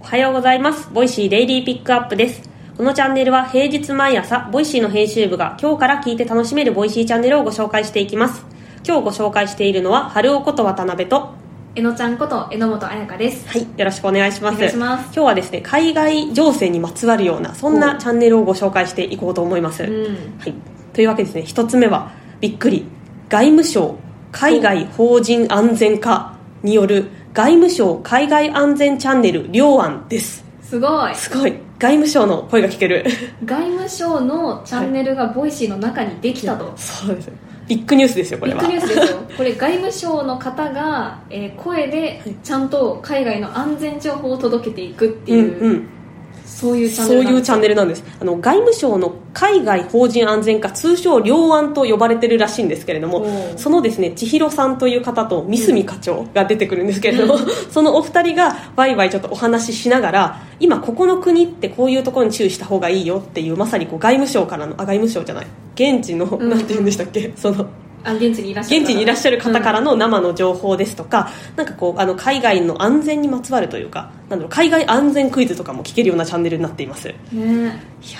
おはようございますボイシーデイリーピックアップですこのチャンネルは平日毎朝ボイシーの編集部が今日から聞いて楽しめるボイシーチャンネルをご紹介していきます今日ご紹介しているのは春尾こと渡辺とえのちゃんこと榎本彩香ですはい、よろしくお願いします。お願いします今日はですね、海外情勢にまつわるようなそんおなチャンネルをご紹介していこうと思います。んはい、というわけですね、一つ目はびっくり外務省海外法人安全課による外務省海外安全チャンネル両案です。すごいすごい。外務省の声が聞ける。外務省のチャンネルがボイシーの中にできたと、そうです。ビッグニュースですよ、こビれッは。グニュースですよこれ外務省の方が、えー声ではいちゃんと海外の安全情報を届けていくってうんいう、うん、そういうチャンネそルうないんうですチャンネルなんですあの外務省の海外法人安全課通称両案と呼ばれてるらしいんですけれどもおーそのですね千尋さんという方と三角課長が出てくるんですけれども、 そのお二人がワイワイちょっとお話ししながら今ここの国ってこういうところに注意した方がいいよっていうまさにこう外務省からのあ外務省じゃない現地の、うんなんて言うんでしたっけそのあ現地にいらっしゃる、現地にいらっしゃる方かららの生の情報ですとか、なんかこうあの海外の安全にまつわるというかなんだろう海外安全クイズとかも聞けるようなチャンネルになっています。うんねいや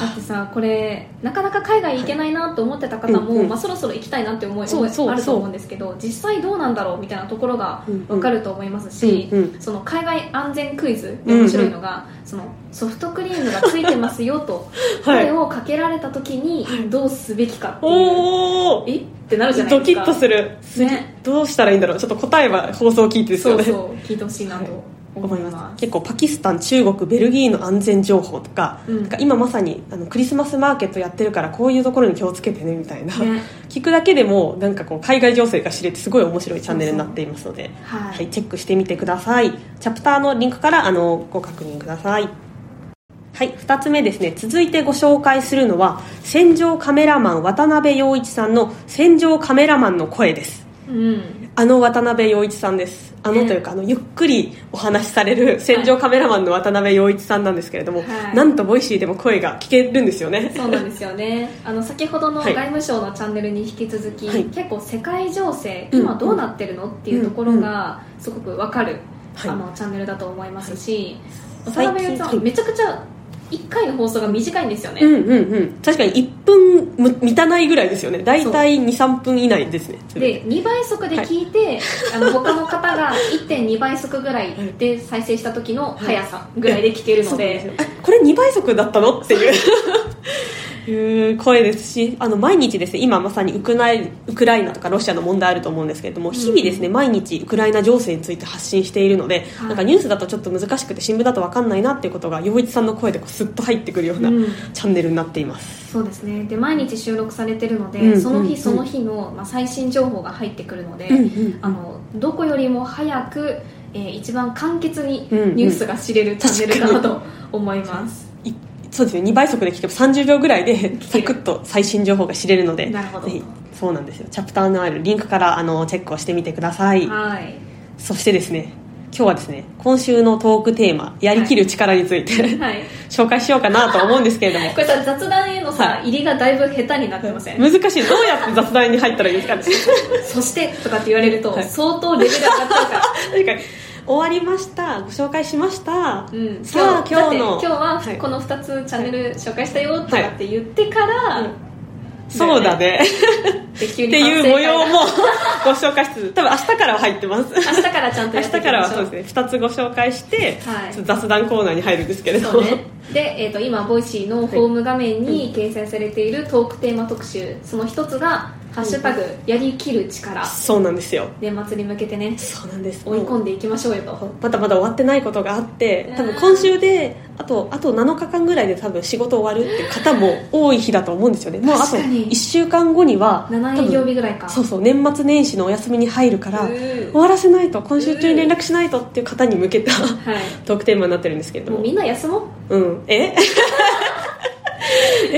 だってさこれなかなか海外行けないなと思ってた方も、うんうんまあ、そろそろ行きたいなって思いそうそう思いあると思うんですけど実際どうなんだろうみたいなところがうんうん分かると思いますし、うんうその海外安全クイズで面白いのが、そのソフトクリームがついてますよと はい声をかけられた時にどうすべきかっていう、おおえってなるじゃないドですキかッとするねどうしたらいいんだろうちょっと答えは放送を聞いてですそようねそう聞いてほしいなと思思いいまますす結構パキスタン中国ベルギーの安全情報とか,、うんなんか今まさにあのクリスマスマーケットやってるからこういうところに気をつけてねみたいな、ね聞くだけでもなんかこう海外情勢が知れてすごい面白いチャンネルになっていますのではい、はい、チェックしてみてくださいチャプターのリンクからあのご確認くださいはい2つ目ですね続いてご紹介するのは戦場カメラマン渡辺陽一さんの「戦場カメラマンの声」ですうんあの渡辺陽一さんですあのというか、あのゆっくりお話しされる戦場カメラマンの渡辺陽一さんなんですけれども、はいなんとボイシーでも声が聞けるんですよねそうなんですよねあの先ほどのはい外務省のチャンネルに引き続き、はい結構世界情勢うん今どうなってるのっていうところがすごくわかる、はいあのチャンネルだと思いますし、はい渡辺さ最ん近めちゃくちゃ1回の放送が短いんですよね、うんうんうん確かに1分む満たないぐらいですよね大体23分以内ですねで2倍速で聞いて、あの他の方が1.2倍速ぐらいで再生した時の速さぐらいで聞けるそので、うなんですよあこれ2倍速だったのって いういう声ですしあの毎日ですね今まさにウクライウクライナとかロシアの問題あると思うんですけれども、日々ですね毎日ウクライナ情勢について発信しているので、はいなんかニュースだとちょっと難しくて新聞だと分かんないなっていうことが陽一さんの声でこうスッと入ってくるような、うんチャンネルになっていますそうですねで毎日収録されてるので、うんそのうんう日んその日の、まあ、最新情報が入ってくるので、うんうんあのどこよりも早く、えー一番簡潔にうんうんニュースが知れるチャンネルだなと思います、 いそうですね2倍速で聞けば30秒ぐらいでサクッと最新情報が知れるのでなるほどぜひそうなんですよチャプターのあるリンクからあのチェックをしてみてくださいはいそしてですね今日はですね今週のトークテーマ「やりきる力」について、はい 紹介しようかなと思うんですけれどもこれさ雑談へのさ、はい入りがだいぶ下手になってません、難しいどうやって雑談に入ったらいいですかねそしてとかって言われると、はい相当レベル上がっち ゃうから確かに終わりましたご紹介しました、うん、さあ今今日日だっのて今日ははいこの2つチャンネル紹介したよとかって言ってから、いそうだねで急っにて反い省う会模様がもご紹介しつつ多分明日からは入ってます明日からちゃんと明や日っていきかまらはしょうそうですね2つご紹介して、はいちょっと雑談コーナーに入るんですけれどそも、うねで、えー、と今ボイシーのホーム画面に掲載されているトークテーマ特集その一つが「ハッシュタグやりきる力そうなんですよ」年末に向けてねそうなんです追い込んでいきましょうよとまだまだ終わってないことがあって多分今週であとあと7日間ぐらいで多分仕事終わるって方も多い日だと思うんですよねもうあと確かに1週間後には7営業日ぐらい多か分そうそう年末年始のお休みに入るからうー終わらせないと今週中に連絡しないとっていう方に向けた はいトークテーマになってるんですけれどもうもみんな休もううんえ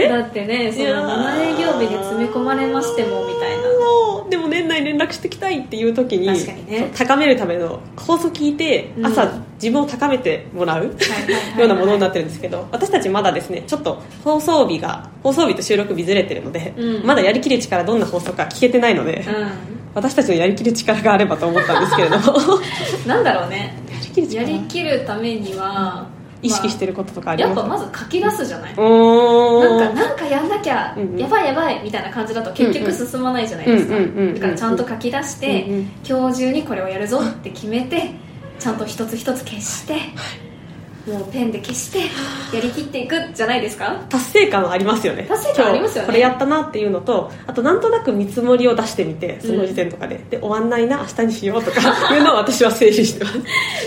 だってねそのいやー7営業日で詰め込まれましてもみたいなもうでも年内連絡してきたいっていう時に確かにねそう高めるための放送聞いてうん朝、自分を高めてもらう ようなものになってるんですけど私たちまだですねちょっと放送日が放送日と収録日ずれてるので、うんまだやりきる力どんな放送か聞けてないので、うん私たちのやりきる力があればと思ったんですけれどもやなんだろうねりきる や力りきるためには、意識してる、ることとかありやまっすぱまず書き出すじゃない、うーんなんかなんかやんなきゃ、うんうんやばいやばいみたいな感じだと結局進まないじゃないですか、うんうんうんうんだからちゃんと書き出して、うんうん今日中にこれをやるぞって決めてちゃんと一つ一つ消してもうペンで消してやりきっていくじゃないですか達成感はありますよね達成感あります今よね日これやったなっていうのとあとなんとなく見積もりを出してみてその時点とかで、で終わんないな明日にしようとかいうのを私は整理してます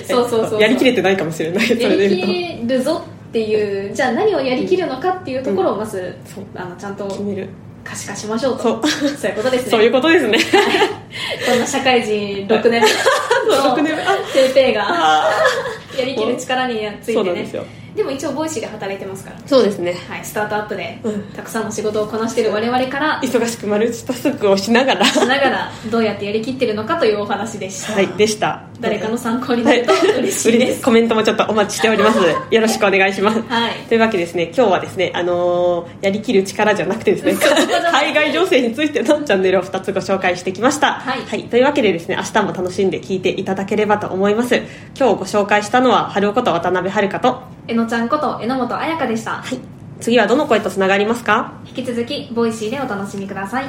そうそうそうそうやりきれてないかもしれ ないそやれでり言うときるぞっていうじゃあ何をやりきるのかっていうところをまず、そうあのちゃんと決める可視化しましょうとそうそういうことですねそういうことですねこんな社会人6年 そう6年目あペーペーがあやりきる力につーいそうてなんですねよでも一応ボイシーで働いてますからそうですねはい、スタートアップでうんたくさんの仕事をこなしている我々からし忙しくマルチタスクをしながらはながらどうやってやりきってるのかというお話でした、いでした誰かの参考になると嬉しいです、コメントもちょっとお待ちしておりますよろしくお願いしますはいというわけですね今日はですね、あのーやりきる力じゃなくてですねそうそうそう海外情勢についてのチャンネルを2つご紹介してきました、はいというわけでですね明日も楽しんで聞いていただければと思います今日ご紹介したのは春男こと渡辺遥と、はえのちゃんこと榎本彩香でした、い、次はどの声とつながりますか引き続きボイシーでお楽しみください